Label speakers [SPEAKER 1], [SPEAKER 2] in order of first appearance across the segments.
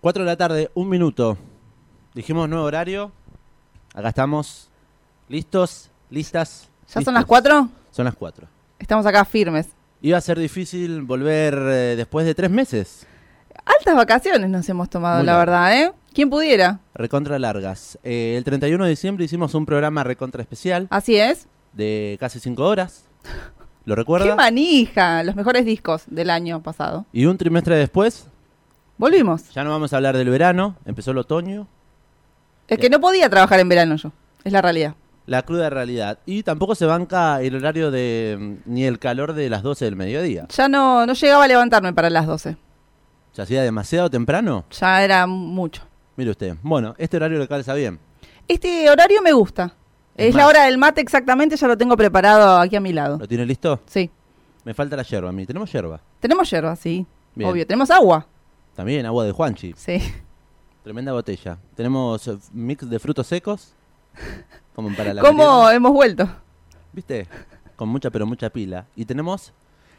[SPEAKER 1] 4 de la tarde, un minuto. Dijimos nuevo horario. Acá estamos. ¿Listos? ¿Listas?
[SPEAKER 2] ¿Ya
[SPEAKER 1] listos.
[SPEAKER 2] son las cuatro?
[SPEAKER 1] Son las 4.
[SPEAKER 2] Estamos acá firmes.
[SPEAKER 1] Iba a ser difícil volver eh, después de tres meses.
[SPEAKER 2] Altas vacaciones nos hemos tomado,
[SPEAKER 1] Muy
[SPEAKER 2] la
[SPEAKER 1] largas.
[SPEAKER 2] verdad, ¿eh? ¿Quién pudiera?
[SPEAKER 1] Recontra largas. Eh, el 31 de diciembre hicimos un programa recontra especial
[SPEAKER 2] Así es.
[SPEAKER 1] de casi 5 horas. ¿Lo
[SPEAKER 2] ¡Qué
[SPEAKER 1] recuerda?
[SPEAKER 2] manija! Los mejores discos del año pasado.
[SPEAKER 1] Y un trimestre después,
[SPEAKER 2] Volvimos.
[SPEAKER 1] ya no vamos a hablar del verano, empezó el otoño,
[SPEAKER 2] Es que no podía trabajar en verano yo. Es la realidad.
[SPEAKER 1] la cruda realidad. Y tampoco se banca el horario de mm, ni el calor de las 12 del mediodía.
[SPEAKER 2] Ya no, no llegaba a levantarme para las 12.
[SPEAKER 1] ¿Se hacía demasiado temprano?
[SPEAKER 2] Ya era mucho.
[SPEAKER 1] Mire usted. Bueno, este horario le calza bien.
[SPEAKER 2] Este horario me gusta.
[SPEAKER 1] Es
[SPEAKER 2] Es, la
[SPEAKER 1] más.
[SPEAKER 2] hora del mate exactamente, ya lo tengo preparado aquí a mi lado.
[SPEAKER 1] ¿Lo tiene listo?
[SPEAKER 2] Sí.
[SPEAKER 1] Me falta la yerba a mí. ¿Tenemos yerba?
[SPEAKER 2] Tenemos hierba, sí.
[SPEAKER 1] Bien.
[SPEAKER 2] Obvio. Tenemos agua.
[SPEAKER 1] También agua de Juanchi.
[SPEAKER 2] Sí.
[SPEAKER 1] Tremenda botella. Tenemos eh, mix de frutos secos. Como para la
[SPEAKER 2] ¿Cómo
[SPEAKER 1] merienda.
[SPEAKER 2] hemos vuelto?
[SPEAKER 1] ¿Viste? Con mucha, pero mucha pila. Y tenemos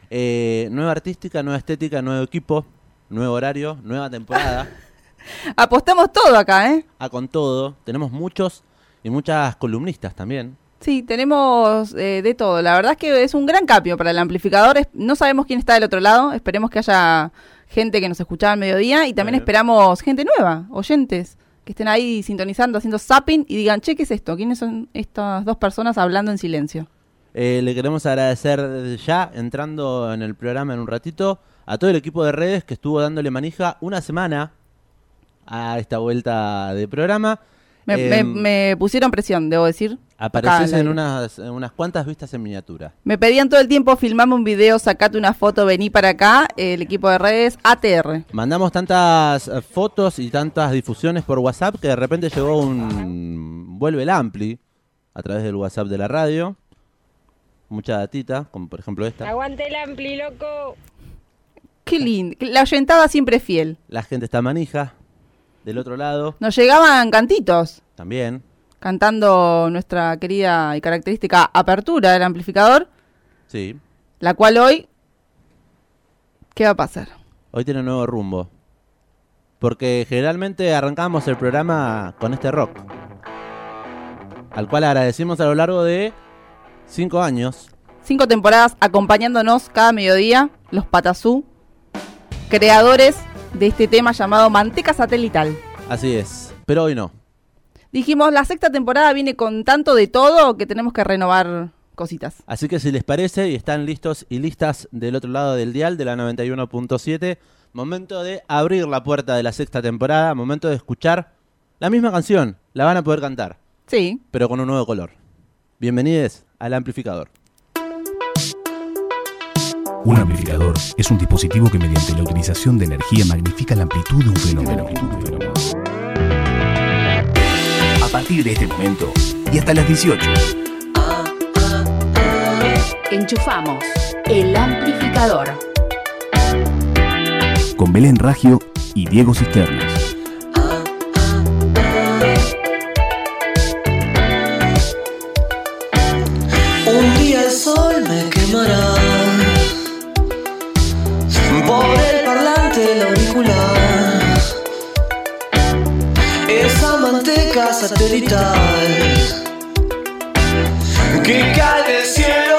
[SPEAKER 1] eh, nueva artística, nueva estética, nuevo equipo, nuevo horario, nueva temporada.
[SPEAKER 2] Apostamos todo acá, ¿eh?
[SPEAKER 1] a con todo. Tenemos muchos y muchas columnistas también.
[SPEAKER 2] Sí, tenemos eh, de todo. La verdad es que es un gran cambio para el amplificador. Es- no sabemos quién está del otro lado. Esperemos que haya gente que nos escuchaba al mediodía y también
[SPEAKER 1] Bien.
[SPEAKER 2] esperamos gente nueva, oyentes, que estén ahí sintonizando, haciendo zapping y digan, che, ¿qué es esto? ¿Quiénes son estas dos personas hablando en silencio?
[SPEAKER 1] Eh, le queremos agradecer desde ya, entrando en el programa en un ratito, a todo el equipo de redes que estuvo dándole manija una semana a esta vuelta de programa.
[SPEAKER 2] Me,
[SPEAKER 1] Eh,
[SPEAKER 2] me- me pusieron presión, debo decir. Acá
[SPEAKER 1] Apareces
[SPEAKER 2] al aire.
[SPEAKER 1] en unas, en unas cuantas vistas en miniatura.
[SPEAKER 2] Me pedían todo el tiempo, filmame un video, sacate una foto, vení para acá. El equipo de redes ATR.
[SPEAKER 1] Mandamos tantas eh, fotos y tantas difusiones por WhatsApp que de repente llegó un vuelve el ampli a través del WhatsApp de la radio. Mucha datita, como por ejemplo esta.
[SPEAKER 3] Aguante el ampli, loco.
[SPEAKER 2] Qué lindo. La oyentada siempre fiel.
[SPEAKER 1] La gente está manija. Del otro lado,
[SPEAKER 2] Nos llegaban cantitos.
[SPEAKER 1] también.
[SPEAKER 2] cantando nuestra querida y característica apertura del amplificador,
[SPEAKER 1] Sí.
[SPEAKER 2] la cual hoy, ¿qué va a pasar?
[SPEAKER 1] Hoy tiene nuevo rumbo. Porque generalmente arrancamos el programa con este rock. Al cual agradecimos a lo largo de cinco años.
[SPEAKER 2] Cinco temporadas acompañándonos cada mediodía, los Patazú, creadores de este tema llamado Manteca Satelital.
[SPEAKER 1] Así es. Pero hoy no.
[SPEAKER 2] Dijimos, la sexta temporada viene con tanto de todo que tenemos que renovar cositas.
[SPEAKER 1] Así que si les parece y están listos y listas del otro lado del dial de la 91.7, momento de abrir la puerta de la sexta temporada, momento de escuchar la misma canción. La van a poder cantar,
[SPEAKER 2] Sí,
[SPEAKER 1] pero con un nuevo color. Bienvenidos al amplificador.
[SPEAKER 4] Un amplificador es un dispositivo que mediante la utilización de energía magnifica la amplitud de un fenómeno. A partir de este momento y hasta las 18,
[SPEAKER 5] Enchufamos el amplificador.
[SPEAKER 4] con Belén Ragio y Diego Cisternas.
[SPEAKER 6] Un día el sol me quemará por el parlante el auricular. Esa manteca satelital que cae del cielo.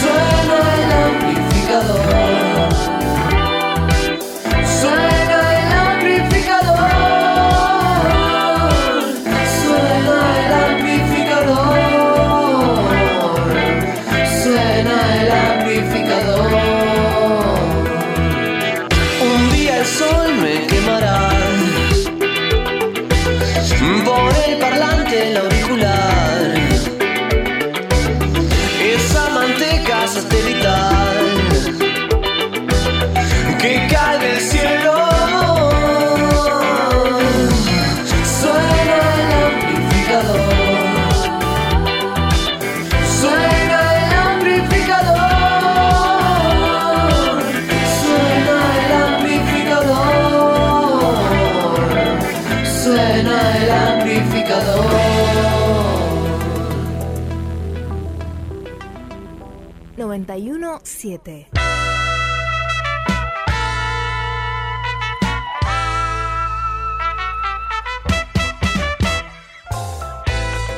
[SPEAKER 6] Suena el amplificador. Suena el amplificador. Suena el amplificador. Suena el amplificador. Un día el sol me quemará. Por el parlante el auricular. Esa manteca satelital que cae del cielo. Suena el amplificador. Suena el amplificador. Suena el amplificador. Suena el amplificador.
[SPEAKER 7] 91.7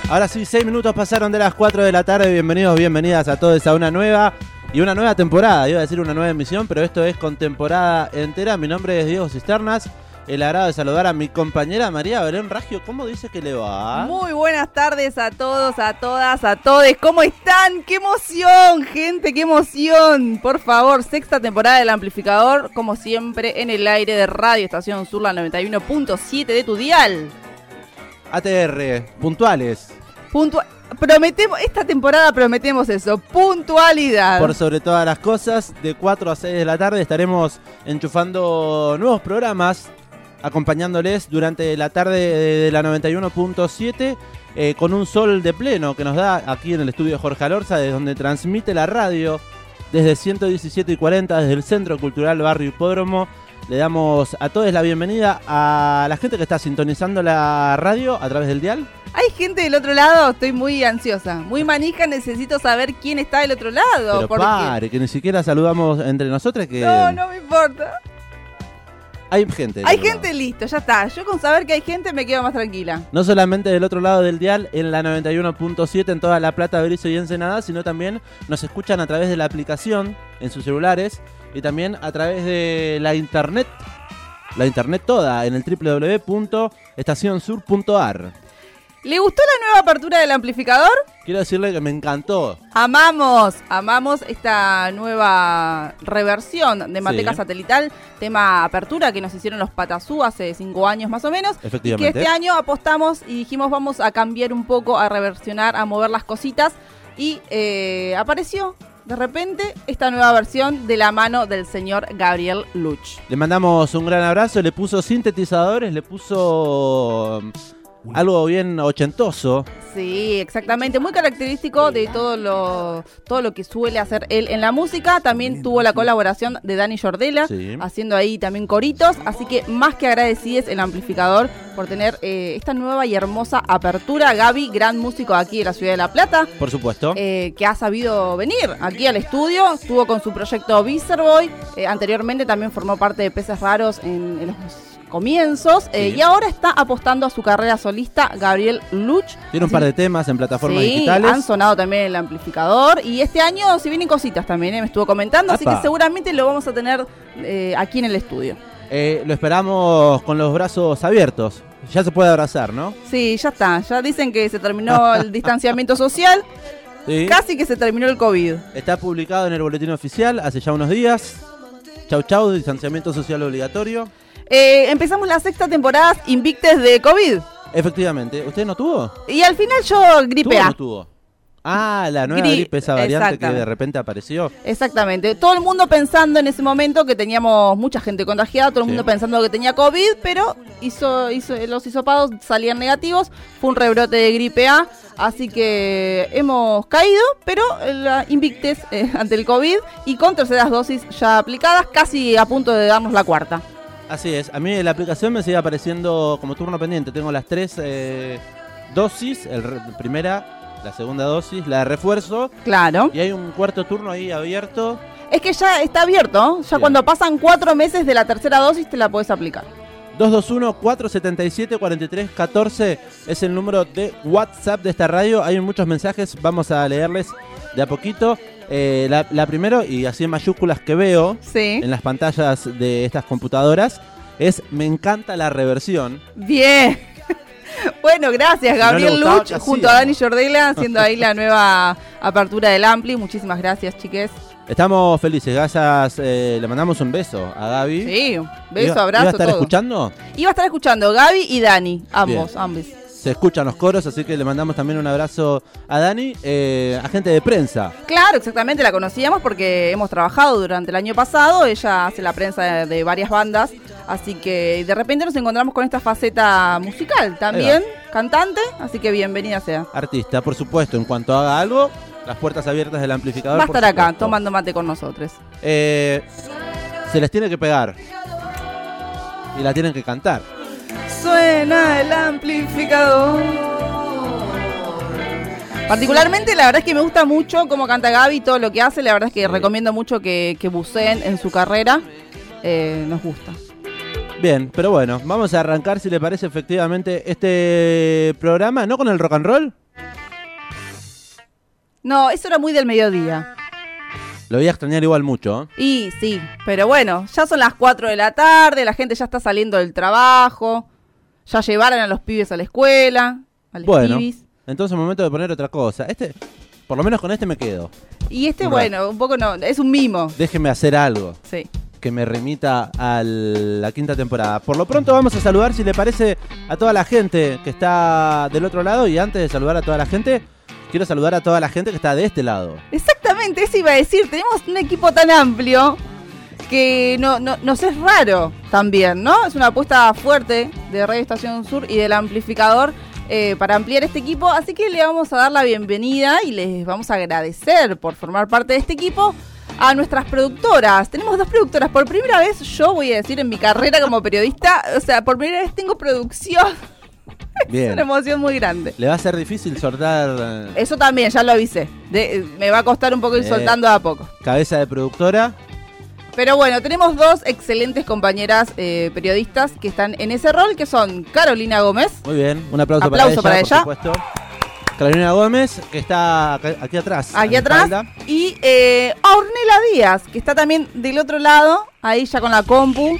[SPEAKER 1] Ahora sí, seis minutos pasaron de las 4 de la tarde. Bienvenidos, bienvenidas a todos a una nueva y una nueva temporada. Iba a decir una nueva emisión, pero esto es con temporada entera. Mi nombre es Diego Cisternas. El agrado de saludar a mi compañera María Belén Raggio. ¿Cómo dice que le va?
[SPEAKER 2] Muy buenas tardes a todos, a todas, a todes. ¿Cómo están? ¡Qué emoción, gente! ¡Qué emoción! Por favor, sexta temporada del amplificador, como siempre, en el aire de Radio Estación Sur, la 91.7 de tu dial.
[SPEAKER 1] ATR, puntuales.
[SPEAKER 2] Puntua- prometemos, esta temporada prometemos eso, puntualidad.
[SPEAKER 1] Por sobre todas las cosas, de 4 a 6 de la tarde estaremos enchufando nuevos programas, acompañándoles durante la tarde de de la 91.7, eh, con un sol de pleno que nos da aquí en el estudio Jorge Alorza, desde donde transmite la radio desde 117 y 40, desde el Centro Cultural Barrio Hipódromo. Le damos a todos la bienvenida a la gente que está sintonizando la radio a través del dial.
[SPEAKER 2] Hay gente del otro lado, estoy muy ansiosa, muy manija, necesito saber quién está del otro lado.
[SPEAKER 1] Pero
[SPEAKER 2] porque-
[SPEAKER 1] pare, que ni siquiera saludamos entre nosotras que
[SPEAKER 2] No, no me importa.
[SPEAKER 1] hay gente. del
[SPEAKER 2] Hay
[SPEAKER 1] otro lado.
[SPEAKER 2] gente, listo, ya está. Yo con saber que hay gente me quedo más tranquila.
[SPEAKER 1] No solamente del otro lado del dial, en la 91.7 en toda La Plata, Berizo y Ensenada, sino también nos escuchan a través de la aplicación en sus celulares y también a través de la internet, la internet toda, en el www.estacionsur.ar.
[SPEAKER 2] ¿Le gustó la nueva apertura del amplificador?
[SPEAKER 1] Quiero decirle que me encantó.
[SPEAKER 2] Amamos, amamos esta nueva reversión de Mateca
[SPEAKER 1] Sí.
[SPEAKER 2] Satelital, tema apertura que nos hicieron los Patasú hace cinco años más o menos. Y que
[SPEAKER 1] Efectivamente.
[SPEAKER 2] este año apostamos y dijimos vamos a cambiar un poco, a reversionar, a mover las cositas. Y eh, apareció de repente esta nueva versión de la mano del señor Gabriel Luch.
[SPEAKER 1] Le mandamos un gran abrazo, le puso sintetizadores, le puso mm, algo bien ochentoso.
[SPEAKER 2] Sí, exactamente. Muy característico de todo lo, todo lo que suele hacer él en la música. También tuvo la colaboración de Dani Jordela,
[SPEAKER 1] Sí.
[SPEAKER 2] haciendo ahí también coritos. Así que más que agradecides el amplificador por tener eh, esta nueva y hermosa apertura. Gaby, gran músico aquí de la ciudad de La Plata.
[SPEAKER 1] Por supuesto.
[SPEAKER 2] eh, que ha sabido venir aquí al estudio, estuvo con su proyecto Viscerboy, eh, anteriormente también formó parte de Peces Raros en, en los comienzos, eh,
[SPEAKER 1] Sí.
[SPEAKER 2] y ahora está apostando a su carrera solista Gabriel Luch,
[SPEAKER 1] Tiene un par de temas en plataformas
[SPEAKER 2] sí,
[SPEAKER 1] digitales.
[SPEAKER 2] han sonado también en el amplificador y este año si vienen cositas también, ¿eh? me estuvo comentando, así
[SPEAKER 1] Apa.
[SPEAKER 2] que seguramente lo vamos a tener eh, aquí en el estudio.
[SPEAKER 1] Eh, lo esperamos con los brazos abiertos. Ya se puede abrazar, ¿no?
[SPEAKER 2] Sí, ya está, ya dicen que se terminó el distanciamiento social,
[SPEAKER 1] Sí.
[SPEAKER 2] casi que se terminó el COVID.
[SPEAKER 1] Está publicado en el boletín oficial hace ya unos días. Chau chau, distanciamiento social obligatorio.
[SPEAKER 2] Eh, empezamos la sexta temporada invictes de COVID
[SPEAKER 1] Efectivamente, ¿usted no tuvo?
[SPEAKER 2] y al final yo
[SPEAKER 1] ¿Tuvo
[SPEAKER 2] gripe
[SPEAKER 1] o
[SPEAKER 2] A.
[SPEAKER 1] no tuvo? Ah, la nueva
[SPEAKER 2] Gri-
[SPEAKER 1] gripe, esa variante que
[SPEAKER 2] exactamente.
[SPEAKER 1] de repente apareció.
[SPEAKER 2] Exactamente, todo el mundo pensando en ese momento que teníamos mucha gente contagiada, todo el
[SPEAKER 1] Sí.
[SPEAKER 2] mundo pensando que tenía COVID, pero hizo, hizo, los hisopados salían negativos, fue un rebrote de gripe A, así que hemos caído, pero la invictes eh, ante el COVID y con terceras dosis ya aplicadas, casi a punto de darnos la cuarta.
[SPEAKER 1] Así es, a mí la aplicación me sigue apareciendo como turno pendiente. Tengo las tres eh, dosis, el re- primera, la segunda dosis, la de refuerzo
[SPEAKER 2] Claro.
[SPEAKER 1] y hay un cuarto turno ahí abierto.
[SPEAKER 2] Es que ya está abierto, ¿no? ya
[SPEAKER 1] Bien.
[SPEAKER 2] cuando pasan cuatro meses de la tercera dosis te la podés aplicar.
[SPEAKER 1] 221-477-4314 es el número de WhatsApp de esta radio. Hay muchos mensajes, vamos a leerles de a poquito. Eh, la, la primero, y así en mayúsculas que veo
[SPEAKER 2] Sí.
[SPEAKER 1] en las pantallas de estas computadoras, es Me encanta la reversión.
[SPEAKER 2] Bien. Bueno, gracias
[SPEAKER 1] Si no le
[SPEAKER 2] Gabriel
[SPEAKER 1] gustaba,
[SPEAKER 2] Luch,
[SPEAKER 1] ¿qué
[SPEAKER 2] junto a Dani
[SPEAKER 1] hacíamos?
[SPEAKER 2] Jordela, haciendo ahí la nueva apertura del Ampli. Muchísimas gracias, chiques.
[SPEAKER 1] Estamos felices, gracias. eh, le mandamos un beso a Gaby.
[SPEAKER 2] Sí, beso,
[SPEAKER 1] Iba-
[SPEAKER 2] abrazo,
[SPEAKER 1] ¿Iba a estar
[SPEAKER 2] todo.
[SPEAKER 1] escuchando?
[SPEAKER 2] Iba a estar escuchando Gaby y Dani, ambos, ambos.
[SPEAKER 1] Se escuchan los coros, así que le mandamos también un abrazo a Dani, eh, agente de prensa.
[SPEAKER 2] Claro, exactamente, la conocíamos porque hemos trabajado durante el año pasado, ella hace la prensa de, de varias bandas, así que de repente nos encontramos con esta faceta musical también, cantante, así que bienvenida sea.
[SPEAKER 1] artista, por supuesto, en cuanto haga algo, las puertas abiertas del amplificador.
[SPEAKER 2] Va a
[SPEAKER 1] por
[SPEAKER 2] estar acá
[SPEAKER 1] supuesto.
[SPEAKER 2] tomando mate con nosotros.
[SPEAKER 1] Eh, se les tiene que pegar. Y la tienen que cantar.
[SPEAKER 2] Suena el amplificador. Particularmente, la verdad es que me gusta mucho cómo canta Gaby, todo lo que hace. La verdad es que recomiendo mucho que, que buceen en su carrera. Eh, nos gusta.
[SPEAKER 1] Bien, pero bueno, vamos a arrancar, si le parece, efectivamente, este programa, no con el rock and roll,
[SPEAKER 2] No, eso era muy del mediodía.
[SPEAKER 1] Lo voy a extrañar igual mucho. ¿eh?
[SPEAKER 2] Y sí, pero bueno, ya son las 4 de la tarde, la gente ya está saliendo del trabajo, ya llevaron a los pibes a la escuela, a los
[SPEAKER 1] Bueno,
[SPEAKER 2] pibis.
[SPEAKER 1] entonces momento de poner otra cosa. Este, por lo menos con este me quedo.
[SPEAKER 2] Y este,
[SPEAKER 1] un
[SPEAKER 2] bueno, un poco no, es un mimo.
[SPEAKER 1] Déjeme hacer algo
[SPEAKER 2] Sí.
[SPEAKER 1] que me remita a la quinta temporada. Por lo pronto vamos a saludar, si le parece, a toda la gente que está del otro lado. Y antes de saludar a toda la gente, quiero saludar a toda la gente que está de este lado.
[SPEAKER 2] Exactamente, eso iba a decir, tenemos un equipo tan amplio que no, no- nos es raro también, ¿no? Es una apuesta fuerte de Radio Estación Sur y del amplificador eh, para ampliar este equipo, así que le vamos a dar la bienvenida y les vamos a agradecer por formar parte de este equipo a nuestras productoras. Tenemos dos productoras, por primera vez yo voy a decir en mi carrera como periodista, o sea, por primera vez tengo producción, es
[SPEAKER 1] Bien.
[SPEAKER 2] una emoción muy grande.
[SPEAKER 1] Le va a ser difícil soltar eh,
[SPEAKER 2] Eso también, ya lo avisé. De- me va a costar un poco ir
[SPEAKER 1] Eh.
[SPEAKER 2] soltando de a poco.
[SPEAKER 1] cabeza de productora.
[SPEAKER 2] Pero bueno, tenemos dos excelentes compañeras eh, periodistas que están en ese rol, que son Carolina Gómez.
[SPEAKER 1] Muy bien, un aplauso,
[SPEAKER 2] Aplauso
[SPEAKER 1] para
[SPEAKER 2] para
[SPEAKER 1] ella,
[SPEAKER 2] ella.
[SPEAKER 1] por supuesto. Carolina Gómez, que está acá- aquí atrás. a mi
[SPEAKER 2] Aquí atrás.
[SPEAKER 1] espalda.
[SPEAKER 2] Y eh, a Ornella Díaz, que está también del otro lado, ahí ya con la compu.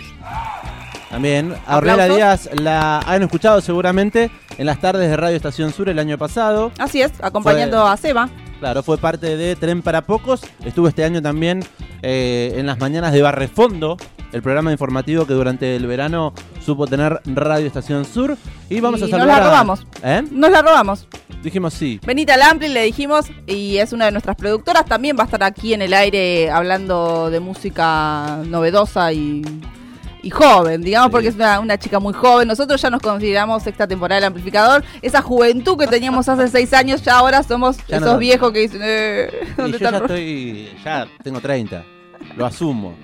[SPEAKER 1] También, a Ornella
[SPEAKER 2] Aplausos.
[SPEAKER 1] Díaz la han escuchado seguramente en las tardes de Radio Estación Sur el año pasado.
[SPEAKER 2] Así es, acompañando
[SPEAKER 1] Fue-
[SPEAKER 2] a Seba.
[SPEAKER 1] Claro, fue parte de Tren para Pocos. Estuvo este año también eh, en las mañanas de Barrefondo, el programa informativo que durante el verano supo tener Radio Estación Sur. Y vamos
[SPEAKER 2] Y
[SPEAKER 1] a
[SPEAKER 2] nos la
[SPEAKER 1] saludar. a-
[SPEAKER 2] robamos.
[SPEAKER 1] ¿Eh?
[SPEAKER 2] Nos la robamos.
[SPEAKER 1] Dijimos sí.
[SPEAKER 2] Benita al Ampli le dijimos, y es una de nuestras productoras, también va a estar aquí en el aire hablando de música novedosa y, y joven, digamos,
[SPEAKER 1] Sí.
[SPEAKER 2] porque es una, una chica muy joven. Nosotros ya nos consideramos sexta temporada del amplificador. Esa juventud que teníamos hace seis años, ya ahora somos
[SPEAKER 1] Ya
[SPEAKER 2] esos
[SPEAKER 1] no-
[SPEAKER 2] viejos que dicen, eh,
[SPEAKER 1] Y yo
[SPEAKER 2] ¿dónde
[SPEAKER 1] ya
[SPEAKER 2] están?
[SPEAKER 1] estoy. Ya tengo 30. Lo asumo.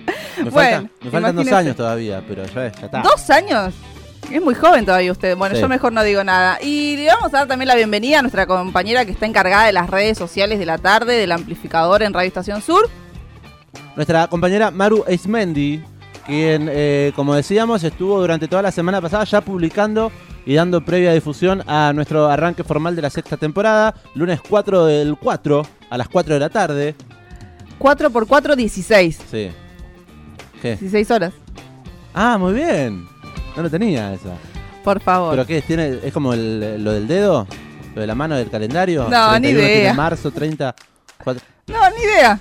[SPEAKER 1] Me,
[SPEAKER 2] Bueno,
[SPEAKER 1] faltan- me faltan dos
[SPEAKER 2] imagínese.
[SPEAKER 1] años todavía, pero ya, ya está.
[SPEAKER 2] ¿Dos años? Es muy joven todavía usted. Bueno,
[SPEAKER 1] Sí.
[SPEAKER 2] yo mejor no digo nada. Y le vamos a dar también la bienvenida a nuestra compañera que está encargada de las redes sociales de la tarde, del amplificador en Radio Estación Sur.
[SPEAKER 1] Nuestra compañera Maru Eismendi, quien, eh, como decíamos, estuvo durante toda la semana pasada ya publicando y dando previa difusión a nuestro arranque formal de la sexta temporada, lunes 4 del 4 a las 4 de la tarde.
[SPEAKER 2] 4x4, 16.
[SPEAKER 1] Sí. ¿Qué?
[SPEAKER 2] 16 horas.
[SPEAKER 1] Ah, muy bien. No lo tenía esa.
[SPEAKER 2] Por favor.
[SPEAKER 1] ¿Pero qué? ¿Tiene, ¿Es como el- lo del dedo? ¿Lo de la mano del calendario?
[SPEAKER 2] No, ni
[SPEAKER 1] 31 tiene
[SPEAKER 2] idea.
[SPEAKER 1] marzo, 30. cuatro-
[SPEAKER 2] No, ni idea.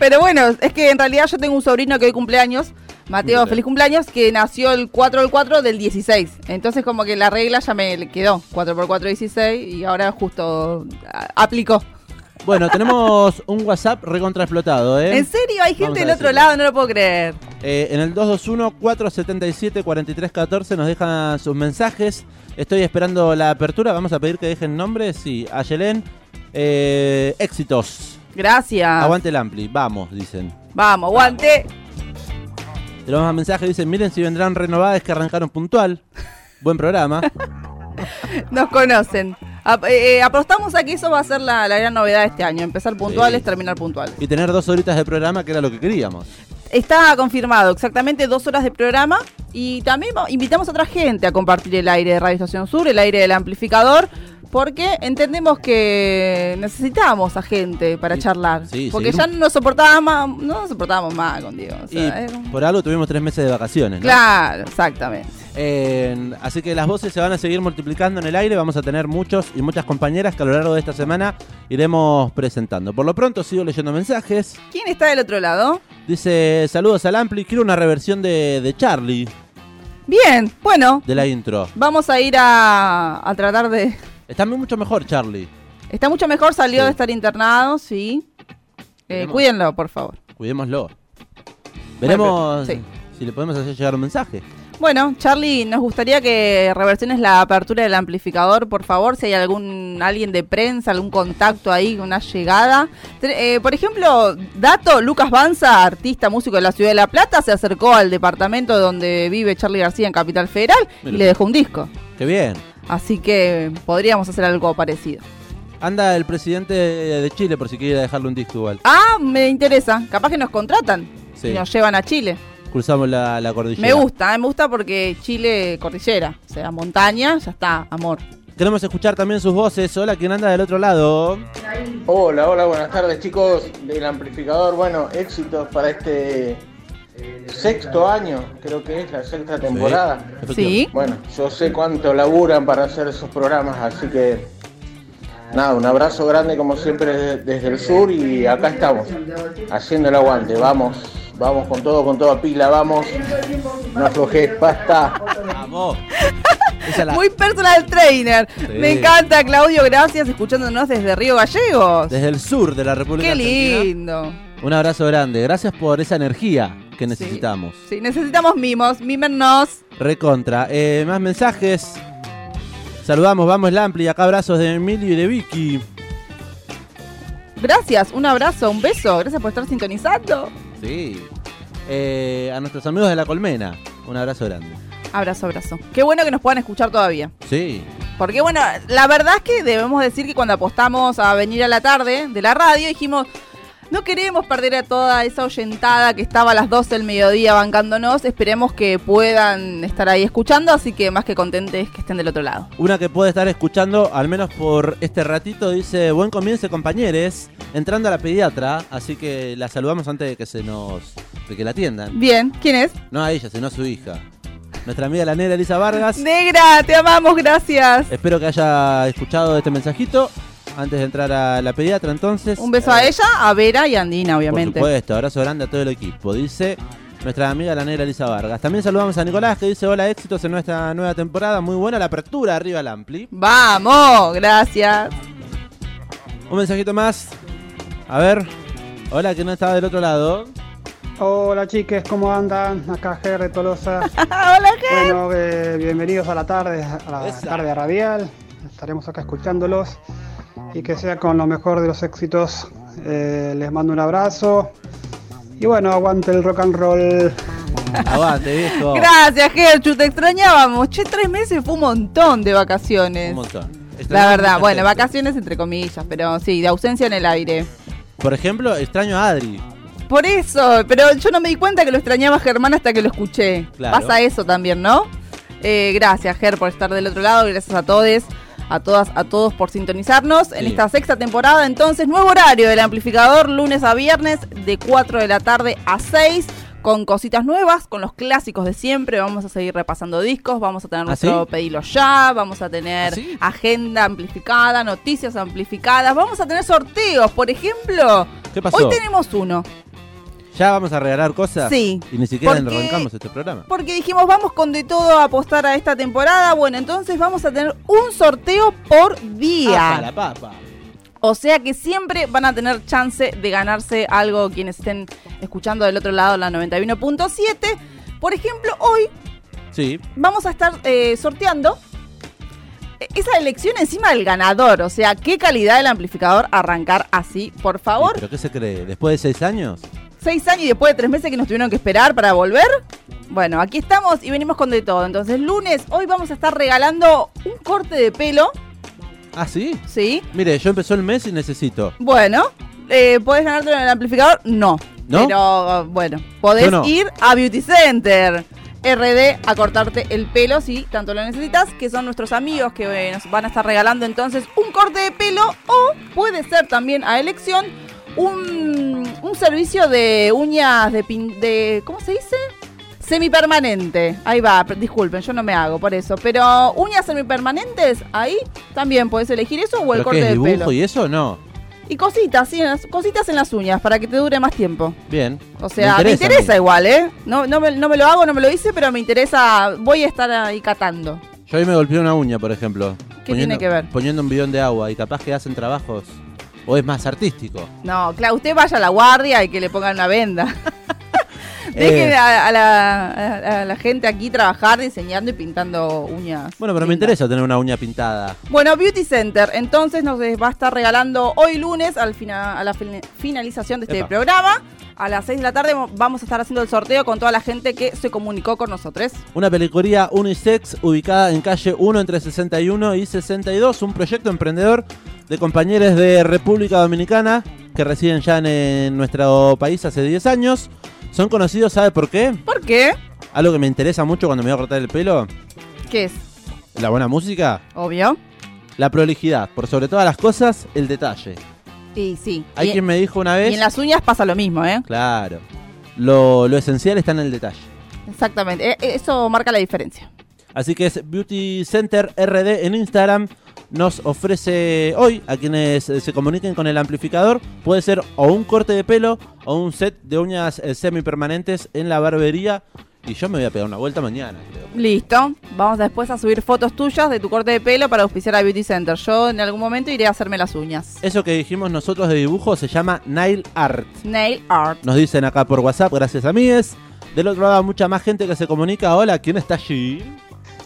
[SPEAKER 2] Pero bueno, es que en realidad yo tengo un sobrino que hoy cumpleaños, Mateo,
[SPEAKER 1] Mira.
[SPEAKER 2] feliz cumpleaños, que nació el 4 del 4 del 16. Entonces como que la regla ya me quedó, 4x4, 16, y ahora justo a- aplicó.
[SPEAKER 1] Bueno, tenemos un WhatsApp recontraexplotado, ¿eh?
[SPEAKER 2] ¿En serio? Hay
[SPEAKER 1] Vamos
[SPEAKER 2] gente
[SPEAKER 1] a
[SPEAKER 2] del otro
[SPEAKER 1] decirlo.
[SPEAKER 2] lado, no lo puedo creer.
[SPEAKER 1] Eh, en el 221-477-4314 nos dejan sus mensajes. Estoy esperando la apertura. Vamos a pedir que dejen nombres. Sí, a Yelén, eh, éxitos.
[SPEAKER 2] Gracias.
[SPEAKER 1] Aguante el Ampli. Vamos, dicen.
[SPEAKER 2] Vamos, aguante.
[SPEAKER 1] Tenemos más mensajes. Dicen, miren si vendrán renovadas que arrancaron puntual. Buen programa.
[SPEAKER 2] Nos conocen. Ap- eh, eh, apostamos a que eso va a ser la, la gran novedad de este año, empezar puntuales,
[SPEAKER 1] Sí.
[SPEAKER 2] terminar puntuales.
[SPEAKER 1] Y tener dos horitas de programa, que era lo que queríamos.
[SPEAKER 2] Está confirmado, exactamente dos horas de programa. Y también va- invitamos a otra gente a compartir el aire de Radio Estación Sur, el aire del amplificador, porque entendemos que necesitamos a gente para
[SPEAKER 1] Sí,
[SPEAKER 2] charlar.
[SPEAKER 1] sí,
[SPEAKER 2] porque
[SPEAKER 1] sí.
[SPEAKER 2] ya no nos soportábamos más, no nos soportábamos más con Diego. o sea,
[SPEAKER 1] y
[SPEAKER 2] era un-
[SPEAKER 1] por algo tuvimos tres meses de vacaciones. ¿no?
[SPEAKER 2] Claro, exactamente.
[SPEAKER 1] En- así que las voces se van a seguir multiplicando en el aire. Vamos a tener muchos y muchas compañeras que a lo largo de esta semana iremos presentando. Por lo pronto sigo leyendo mensajes.
[SPEAKER 2] ¿Quién está del otro lado?
[SPEAKER 1] Dice, saludos al Ampli, quiero una reversión de, de Charlie,
[SPEAKER 2] Bien, bueno,
[SPEAKER 1] de la intro.
[SPEAKER 2] vamos a ir a, a tratar de...
[SPEAKER 1] Está mu- mucho mejor Charlie.
[SPEAKER 2] Está mucho mejor, salió
[SPEAKER 1] Sí.
[SPEAKER 2] de estar internado, sí. Eh,
[SPEAKER 1] Veremos.
[SPEAKER 2] cuídenlo, por favor.
[SPEAKER 1] Cuidémoslo. Veremos
[SPEAKER 2] Bueno,
[SPEAKER 1] si le podemos hacer llegar un mensaje.
[SPEAKER 2] Bueno, Charlie, nos gustaría que reversiones la apertura del amplificador, por favor, si hay algún alguien de prensa, algún contacto ahí, una llegada. Tre- eh, por ejemplo, dato, Lucas Banza, artista, músico de la ciudad de La Plata, se acercó al departamento donde vive Charlie García en Capital Federal
[SPEAKER 1] Mira.
[SPEAKER 2] y le dejó un disco.
[SPEAKER 1] Qué bien.
[SPEAKER 2] Así que podríamos hacer algo parecido.
[SPEAKER 1] Anda el presidente de Chile por si quiere dejarle un disco igual.
[SPEAKER 2] Ah, me interesa. Capaz que nos contratan
[SPEAKER 1] Sí.
[SPEAKER 2] y nos llevan a Chile.
[SPEAKER 1] Cruzamos la, la cordillera.
[SPEAKER 2] Me gusta, eh, me gusta porque Chile, cordillera, o sea, montaña, ya está, amor.
[SPEAKER 1] Queremos escuchar también sus voces. Hola, ¿quién anda del otro lado?
[SPEAKER 3] Hola, hola, buenas tardes chicos del amplificador. Bueno, éxitos para este sexto año, creo que es la sexta temporada.
[SPEAKER 2] Sí.
[SPEAKER 3] Bueno, yo sé cuánto laburan para hacer esos programas, así que nada, un abrazo grande como siempre desde, desde el sur y acá estamos, haciendo el aguante, vamos, vamos con todo, con toda pila, vamos, no aflojes, basta.
[SPEAKER 1] Vamos. Esa es la-
[SPEAKER 2] Muy personal trainer.
[SPEAKER 1] Sí.
[SPEAKER 2] Me encanta, Claudio. Gracias, escuchándonos desde Río Gallegos.
[SPEAKER 1] Desde el sur de la República
[SPEAKER 2] Qué
[SPEAKER 1] Argentina.
[SPEAKER 2] lindo.
[SPEAKER 1] Un abrazo grande. Gracias por esa energía que
[SPEAKER 2] Sí.
[SPEAKER 1] necesitamos.
[SPEAKER 2] Sí, necesitamos mimos. Mímennos.
[SPEAKER 1] Recontra. Eh, más mensajes. Saludamos, vamos el Ampli. Acá abrazos de Emilio y de Vicky.
[SPEAKER 2] Gracias, un abrazo, un beso. Gracias por estar sintonizando.
[SPEAKER 1] Sí. Eh, a nuestros amigos de La Colmena. Un abrazo grande.
[SPEAKER 2] Abrazo, abrazo. Qué bueno que nos puedan escuchar todavía.
[SPEAKER 1] Sí.
[SPEAKER 2] Porque bueno, la verdad es que debemos decir que cuando apostamos a venir a la tarde de la radio, dijimos, no queremos perder a toda esa oyentada que estaba a las 12 del mediodía bancándonos. Esperemos que puedan estar ahí escuchando, así que más que contentes que estén del otro lado.
[SPEAKER 1] Una que puede estar escuchando, al menos por este ratito, dice: Buen comienzo, compañeros. Entrando a la pediatra, así que la saludamos antes de que se nos. de que la atiendan.
[SPEAKER 2] Bien, ¿quién es?
[SPEAKER 1] No a ella, sino a su hija. Nuestra amiga la negra Elisa Vargas.
[SPEAKER 2] Negra, te amamos, gracias.
[SPEAKER 1] Espero que haya escuchado este mensajito. Antes de entrar a la pediatra, entonces.
[SPEAKER 2] Un beso a ella, a Vera y a Andina, obviamente.
[SPEAKER 1] eh, Por supuesto, abrazo grande a todo el equipo. Dice nuestra amiga la negra Elisa Vargas. También saludamos a Nicolás que dice: Hola, éxitos en nuestra nueva temporada. Muy buena la apertura arriba al Ampli.
[SPEAKER 2] Vamos, gracias.
[SPEAKER 1] Un mensajito más. A ver. Hola, que no estaba del otro lado.
[SPEAKER 7] Hola chiques, ¿cómo andan? Acá GR Tolosa.
[SPEAKER 2] Hola,
[SPEAKER 7] Bueno, eh, bienvenidos a la tarde, a la
[SPEAKER 1] Esa.
[SPEAKER 7] tarde radial. Estaremos acá escuchándolos y que sea con lo mejor de los éxitos. Eh, les mando un abrazo y bueno, aguante el rock and roll.
[SPEAKER 1] Aguante, viejo.
[SPEAKER 2] Gracias, Gertrude, te extrañábamos. Che, tres meses fue un montón de vacaciones.
[SPEAKER 1] Un montón.
[SPEAKER 2] La
[SPEAKER 1] Extraño
[SPEAKER 2] verdad,
[SPEAKER 1] mucha gente.
[SPEAKER 2] bueno, vacaciones entre comillas, pero sí, de ausencia en el aire.
[SPEAKER 1] Por ejemplo, extraño a Adri.
[SPEAKER 2] Por eso, pero yo no me di cuenta que lo extrañaba Germán hasta que lo escuché.
[SPEAKER 1] Claro.
[SPEAKER 2] Pasa eso también, ¿no? Eh, gracias, Ger, por estar del otro lado. Gracias a todos, a todas, a todos por sintonizarnos en
[SPEAKER 1] Sí.
[SPEAKER 2] esta sexta temporada. Entonces, nuevo horario del amplificador, lunes a viernes, de 4 de la tarde a 6. Con cositas nuevas, con los clásicos de siempre, vamos a seguir repasando discos, vamos a tener
[SPEAKER 1] ¿Ah, sí?
[SPEAKER 2] nuestro pedilo ya, vamos a tener
[SPEAKER 1] ¿Ah, sí?
[SPEAKER 2] agenda amplificada, noticias amplificadas, vamos a tener sorteos, por ejemplo.
[SPEAKER 1] ¿Qué pasó?
[SPEAKER 2] Hoy tenemos uno.
[SPEAKER 1] Ya vamos a regalar cosas.
[SPEAKER 2] Sí,
[SPEAKER 1] Y ni siquiera
[SPEAKER 2] porque-
[SPEAKER 1] arrancamos este programa.
[SPEAKER 2] Porque dijimos, vamos con de todo a apostar a esta temporada. Bueno, entonces vamos a tener un sorteo por
[SPEAKER 1] Apa,
[SPEAKER 2] día.
[SPEAKER 1] la papa.
[SPEAKER 2] O sea que siempre van a tener chance de ganarse algo quienes estén escuchando del otro lado la 91.7. Por ejemplo, hoy
[SPEAKER 1] Sí.
[SPEAKER 2] vamos a estar eh, sorteando esa elección encima del ganador. O sea, qué calidad del amplificador arrancar así, por
[SPEAKER 1] ¿Y
[SPEAKER 2] favor.
[SPEAKER 1] ¿Pero qué se cree? ¿Después de seis años?
[SPEAKER 2] Seis años y después de tres meses que nos tuvieron que esperar para volver. Bueno, aquí estamos y venimos con de todo. Entonces, lunes, hoy vamos a estar regalando un corte de pelo,
[SPEAKER 1] ¿Ah, sí?
[SPEAKER 2] ¿sí?
[SPEAKER 1] Mire, yo empezó el mes y necesito.
[SPEAKER 2] Bueno, eh, ¿podés ganártelo en el amplificador? No.
[SPEAKER 1] ¿No?
[SPEAKER 2] Pero, bueno, podés
[SPEAKER 1] Yo no.
[SPEAKER 2] ir a Beauty Center. RD a cortarte el pelo si tanto lo necesitas, que son nuestros amigos que eh, nos van a estar regalando entonces un corte de pelo o puede ser también a elección un, un servicio de uñas de, pin- de ¿cómo se dice? Semipermanente. Ahí va, per- disculpen, yo no me hago por eso, pero uñas semipermanentes, ahí también podés elegir eso o el
[SPEAKER 1] ¿Pero
[SPEAKER 2] corte
[SPEAKER 1] qué es
[SPEAKER 2] de
[SPEAKER 1] dibujo
[SPEAKER 2] pelo.
[SPEAKER 1] y eso? No.
[SPEAKER 2] Y cositas, sí, en las- cositas en las uñas para que te dure más tiempo.
[SPEAKER 1] Bien.
[SPEAKER 2] O sea, me interesa,
[SPEAKER 1] a mí.
[SPEAKER 2] igual, ¿eh? No, no, me, no me lo hago, no me lo hice, pero me interesa. Voy a estar ahí catando.
[SPEAKER 1] Yo ahí me golpeé una uña, por ejemplo.
[SPEAKER 2] ¿Qué tiene que ver?
[SPEAKER 1] Poniendo un bidón de agua y capaz que hacen trabajos. O es más artístico.
[SPEAKER 2] No, claro, usted vaya a la guardia y que le pongan una venda. Dejen
[SPEAKER 1] Eh.
[SPEAKER 2] a, a la, a- a la gente aquí trabajar diseñando y pintando uñas.
[SPEAKER 1] Bueno, pero me
[SPEAKER 2] lindas.
[SPEAKER 1] interesa tener una uña pintada.
[SPEAKER 2] Bueno, Beauty Center, entonces nos va a estar regalando hoy lunes al fina- a la fin- finalización de este
[SPEAKER 1] Epa.
[SPEAKER 2] programa. A las 6 de la tarde vamos a estar haciendo el sorteo con toda la gente que se comunicó con nosotros.
[SPEAKER 1] Una pelicuría unisex ubicada en calle 1 entre 61 y 62, un proyecto emprendedor de compañeros de República Dominicana que residen ya en, eh, nuestro país hace 10 años. Son conocidos, ¿sabe por qué?
[SPEAKER 2] ¿Por qué?
[SPEAKER 1] Algo que me interesa mucho cuando me voy a cortar el pelo,
[SPEAKER 2] ¿Qué es?
[SPEAKER 1] la buena música
[SPEAKER 2] Obvio.
[SPEAKER 1] la prolijidad, por sobre todas las cosas, el detalle.
[SPEAKER 2] Sí, sí.
[SPEAKER 1] Hay
[SPEAKER 2] y,
[SPEAKER 1] quien me dijo una vez.
[SPEAKER 2] y en las uñas pasa lo mismo, ¿eh?
[SPEAKER 1] Claro. Lo, lo esencial está en el detalle.
[SPEAKER 2] Exactamente. E- Eso marca la diferencia.
[SPEAKER 1] Así que es Beauty Center RD en Instagram. Nos ofrece hoy a quienes eh, se comuniquen con el amplificador. Puede ser o un corte de pelo o un set de uñas eh, semipermanentes en la barbería. Y yo me voy a pegar una vuelta mañana, creo.
[SPEAKER 2] Listo. Vamos después a subir fotos tuyas de tu corte de pelo para auspiciar a Beauty Center. Yo en algún momento iré a hacerme las uñas.
[SPEAKER 1] Eso que dijimos nosotros de dibujo se llama Nail Art.
[SPEAKER 2] Nail art.
[SPEAKER 1] Nos dicen acá por WhatsApp, gracias amigues. Del otro lado, mucha más gente que se comunica. Hola, ¿quién está allí?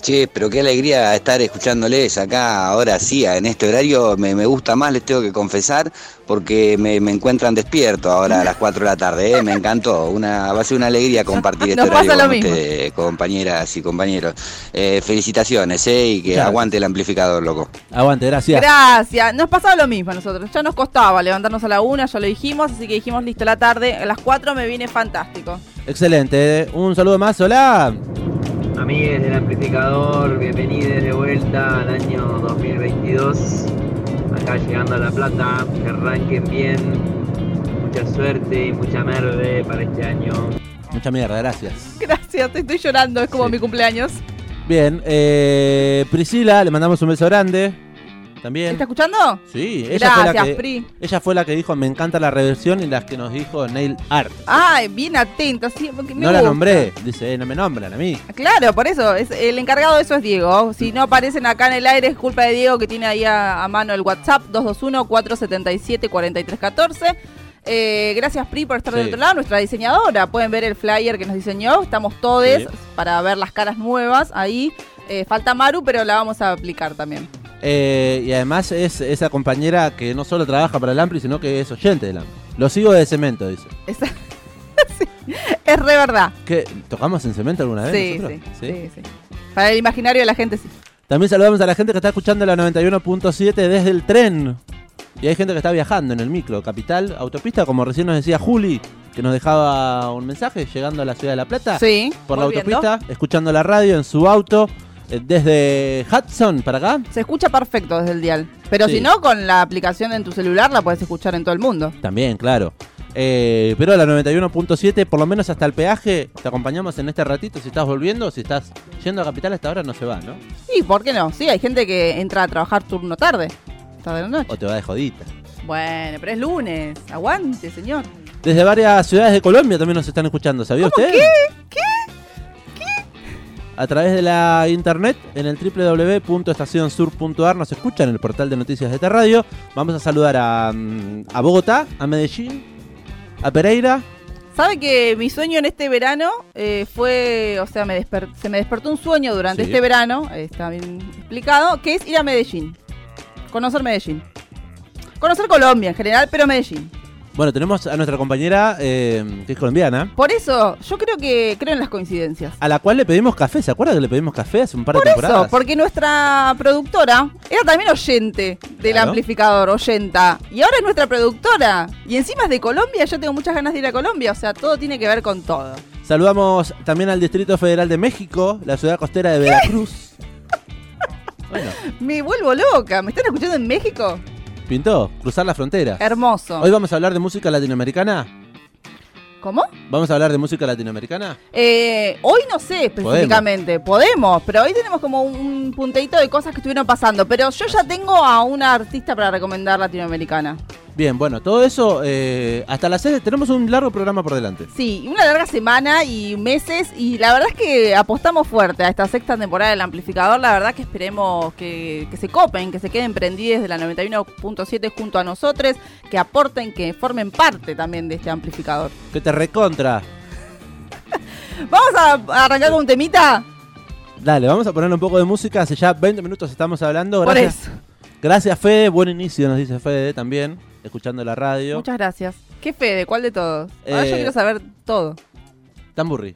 [SPEAKER 8] Che, pero qué alegría estar escuchándoles acá ahora sí, en este horario. Me, me gusta más, les tengo que confesar, porque me, me encuentran despierto ahora a las 4 de la tarde. ¿eh? Me encantó. Una, va a ser una alegría compartir este
[SPEAKER 2] Nos pasa
[SPEAKER 8] horario
[SPEAKER 2] lo
[SPEAKER 8] con
[SPEAKER 2] mismo.
[SPEAKER 8] ustedes, compañeras y compañeros. Eh, felicitaciones, ¿eh? Y que
[SPEAKER 1] Claro.
[SPEAKER 8] aguante el amplificador, loco.
[SPEAKER 1] Aguante, gracias.
[SPEAKER 2] Gracias. Nos pasaba lo mismo a nosotros. Ya nos costaba levantarnos a la una, ya lo dijimos, así que dijimos listo la tarde. A las cuatro me viene fantástico.
[SPEAKER 1] Excelente. Un saludo más. Hola.
[SPEAKER 9] Amigues del amplificador, bienvenidos de vuelta al año 2022. Acá llegando a La Plata, que arranquen bien. Mucha suerte y mucha merde para este año.
[SPEAKER 1] Mucha mierda, gracias.
[SPEAKER 2] Gracias, te estoy llorando, es como
[SPEAKER 1] Sí.
[SPEAKER 2] mi cumpleaños.
[SPEAKER 1] Bien, eh, Priscila, le mandamos un beso grande. También.
[SPEAKER 2] ¿Está escuchando?
[SPEAKER 1] Sí, ella fue la
[SPEAKER 2] Gracias,
[SPEAKER 1] que
[SPEAKER 2] Pri.
[SPEAKER 1] ella fue la que dijo me encanta la reversión y las que nos dijo Nail Art.
[SPEAKER 2] Ay, bien atenta, sí, porque me
[SPEAKER 1] no la
[SPEAKER 2] gusta.
[SPEAKER 1] nombré, dice, eh, no me nombran a mí.
[SPEAKER 2] Claro, por eso, es, el encargado de eso es Diego. Si no aparecen acá en el aire es culpa de Diego que tiene ahí a, a mano el WhatsApp 221-477-4314. Eh, gracias Pri por estar del
[SPEAKER 1] Sí.
[SPEAKER 2] otro lado, nuestra diseñadora. Pueden ver el flyer que nos diseñó, estamos todos
[SPEAKER 1] Sí.
[SPEAKER 2] para ver las caras nuevas ahí. Eh, falta Maru, pero la vamos a aplicar también.
[SPEAKER 1] Eh, y además es esa compañera que no solo trabaja para el Ampli, sino que es oyente del Ampli. Lo sigo de cemento, dice.
[SPEAKER 2] Es, Sí, es re verdad.
[SPEAKER 1] ¿Qué, ¿Tocamos en cemento alguna vez?
[SPEAKER 2] Sí,
[SPEAKER 1] nosotros?
[SPEAKER 2] sí, sí, sí. Para el imaginario de la gente, sí.
[SPEAKER 1] También saludamos a la gente que está escuchando la 91.7 desde el tren. Y hay gente que está viajando en el micro, capital, autopista, como recién nos decía Juli, que nos dejaba un mensaje llegando a la ciudad de La Plata.
[SPEAKER 2] Sí.
[SPEAKER 1] Ah, por la
[SPEAKER 2] volviendo.
[SPEAKER 1] autopista, escuchando la radio en su auto, eh, desde Hudson para acá.
[SPEAKER 2] Se escucha perfecto desde el dial. Pero
[SPEAKER 1] Sí.
[SPEAKER 2] si no, con la aplicación en tu celular la puedes escuchar en todo el mundo.
[SPEAKER 1] También, claro. Eh, pero la 91.7, por lo menos hasta el peaje, te acompañamos en este ratito. Si estás volviendo, si estás yendo a Capital hasta ahora, no se va, ¿no?
[SPEAKER 2] Y ¿por qué no? Sí, hay gente que entra a trabajar turno tarde. Tarde de la noche.
[SPEAKER 1] O te va de jodita.
[SPEAKER 2] Bueno, pero es lunes. Aguante, señor.
[SPEAKER 1] Desde varias ciudades de Colombia también nos están escuchando, ¿sabía usted? ¿Qué? ¿Qué? A través de la internet, en el www.estacionsur.ar nos escuchan en el portal de noticias de esta radio. Vamos a saludar a, mm, a Bogotá, a Medellín, a Pereira,
[SPEAKER 2] ¿Sabe que mi sueño en este verano eh, fue, o sea, me desper- se me despertó un sueño durante
[SPEAKER 1] Sí.
[SPEAKER 2] este verano, eh, está bien explicado, que es ir a Medellín. Conocer Medellín. Conocer Colombia en general, pero Medellín.
[SPEAKER 1] Bueno, tenemos a nuestra compañera eh, que es colombiana,
[SPEAKER 2] Por eso, yo creo que creo en las coincidencias.
[SPEAKER 1] a la cual le pedimos café. ¿Se acuerda que le pedimos café hace un par de temporadas?
[SPEAKER 2] Eso, porque nuestra productora era también oyente del
[SPEAKER 1] Claro.
[SPEAKER 2] amplificador, oyenta. Y ahora es nuestra productora. Y encima es de Colombia, yo tengo muchas ganas de ir a Colombia. O sea, todo tiene que ver con todo.
[SPEAKER 1] Saludamos también al Distrito Federal de México, la ciudad costera de Veracruz. Bueno,
[SPEAKER 2] Me vuelvo loca. ¿Me están escuchando en México?
[SPEAKER 1] pintó, cruzar la frontera.
[SPEAKER 2] Hermoso.
[SPEAKER 1] Hoy vamos a hablar de música latinoamericana.
[SPEAKER 2] ¿Cómo?
[SPEAKER 1] ¿Vamos a hablar de música latinoamericana?
[SPEAKER 2] Eh, hoy no sé específicamente. Podemos. pero hoy tenemos como un punteito de cosas que estuvieron pasando. Pero yo ya tengo a una artista para recomendar latinoamericana.
[SPEAKER 1] Bien, bueno, todo eso eh, hasta las 6 tenemos un largo programa por delante.
[SPEAKER 2] Sí, una larga semana y meses y la verdad es que apostamos fuerte a esta sexta temporada del amplificador. La verdad que esperemos que, que se copen, que se queden prendidos de la 91.7 junto a nosotros, que aporten, que formen parte también de este amplificador.
[SPEAKER 1] Que te recontra.
[SPEAKER 2] Vamos a a arrancar con un temita.
[SPEAKER 1] Dale, vamos a poner un poco de música. Hace ya 20 minutos estamos hablando.
[SPEAKER 2] Por
[SPEAKER 1] Gracias.
[SPEAKER 2] eso.
[SPEAKER 1] Gracias, Fede. Buen inicio, nos dice Fede también. Escuchando la radio.
[SPEAKER 2] Muchas gracias. ¿Qué Fede? ¿Cuál de todos? Ahora yo
[SPEAKER 1] Eh.
[SPEAKER 2] quiero saber todo.
[SPEAKER 1] Tamburri.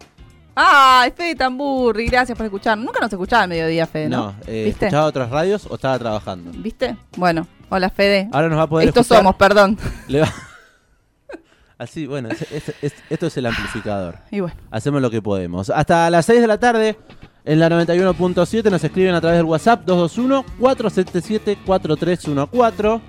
[SPEAKER 2] ¡Ay, Fede Tamburri! Gracias por escuchar. Nunca nos escuchaba al mediodía, Fede, ¿no?
[SPEAKER 1] No, eh,
[SPEAKER 2] ¿Viste?
[SPEAKER 1] escuchaba otras radios o estaba trabajando.
[SPEAKER 2] ¿Viste? Bueno, hola Fede.
[SPEAKER 1] Ahora nos va a poder
[SPEAKER 2] Estos
[SPEAKER 1] Ah, escuchar.
[SPEAKER 2] somos, perdón.
[SPEAKER 1] Le va- Así, bueno, es- es- es- esto es el amplificador.
[SPEAKER 2] Y bueno.
[SPEAKER 1] Hacemos lo que podemos. Hasta las 6 de la tarde En la 91.7 nos escriben a través del WhatsApp 221-477-4314.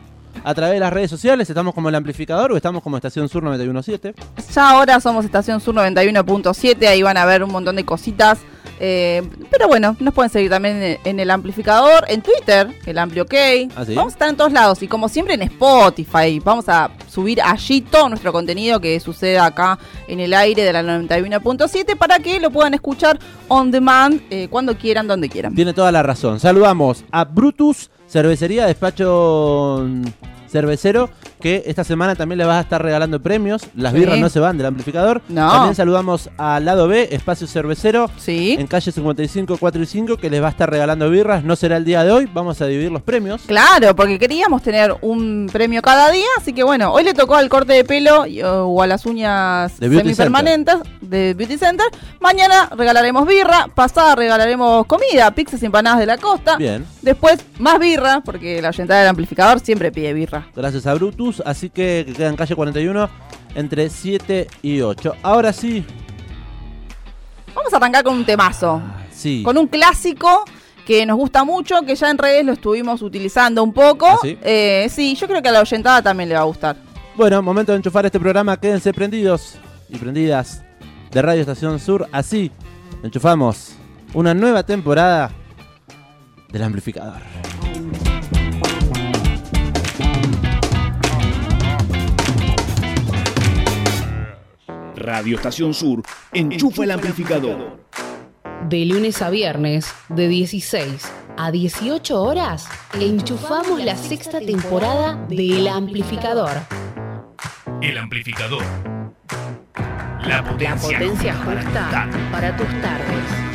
[SPEAKER 1] A través de las redes sociales estamos como el amplificador o estamos como Estación Sur 917.
[SPEAKER 2] Ya ahora somos Estación Sur 91.7, ahí van a ver un montón de cositas. eh, pero bueno, nos pueden seguir también en, en el amplificador, en Twitter, el Ampli OK.
[SPEAKER 1] Ah, ¿sí?
[SPEAKER 2] Vamos a estar en todos lados y como siempre en Spotify. Vamos a subir allí todo nuestro contenido que sucede acá en el aire de la 91.7 para que lo puedan escuchar on demand eh, cuando quieran, donde quieran.
[SPEAKER 1] Tiene toda la razón. Saludamos a Brutus, cervecería, despacho mm, cervecero, que esta semana también le vas a estar regalando premios. Las
[SPEAKER 2] Sí.
[SPEAKER 1] birras no se van del amplificador.
[SPEAKER 2] No.
[SPEAKER 1] También saludamos a Lado B, espacio cervecero,
[SPEAKER 2] ¿Sí?
[SPEAKER 1] en calle 55, 4 y 5, que les va a estar regalando birras. No será el día de hoy, vamos a dividir los premios.
[SPEAKER 2] Claro, porque queríamos tener un premio cada día, así que bueno, hoy le tocó al corte de pelo y- o a las uñas
[SPEAKER 1] De Beauty
[SPEAKER 2] semipermanentes de Beauty Center. Mañana regalaremos birra, pasada regalaremos comida, pizzas y empanadas de la costa.
[SPEAKER 1] Bien.
[SPEAKER 2] Después más birra, porque la oyentada del amplificador siempre pide birra.
[SPEAKER 1] Gracias a Brutus, así que que queda en calle 41 entre 7 y 8. Ahora sí,
[SPEAKER 2] Vamos a arrancar con un temazo,
[SPEAKER 1] sí.
[SPEAKER 2] con un clásico que nos gusta mucho, que ya en redes lo estuvimos utilizando un poco.
[SPEAKER 1] ¿Ah, sí?
[SPEAKER 2] Eh, sí, yo creo que a la oyentada también le va a gustar.
[SPEAKER 1] Bueno, momento de enchufar este programa. Quédense prendidos y prendidas de Radio Estación Sur. Así enchufamos una nueva temporada del amplificador.
[SPEAKER 4] Radio Estación Sur, enchufa el amplificador.
[SPEAKER 5] De lunes a viernes, de 16 a 18 horas, enchufamos la sexta temporada de El Amplificador.
[SPEAKER 4] El amplificador. La
[SPEAKER 5] La
[SPEAKER 4] potencia,
[SPEAKER 5] potencia justa para tus tardes.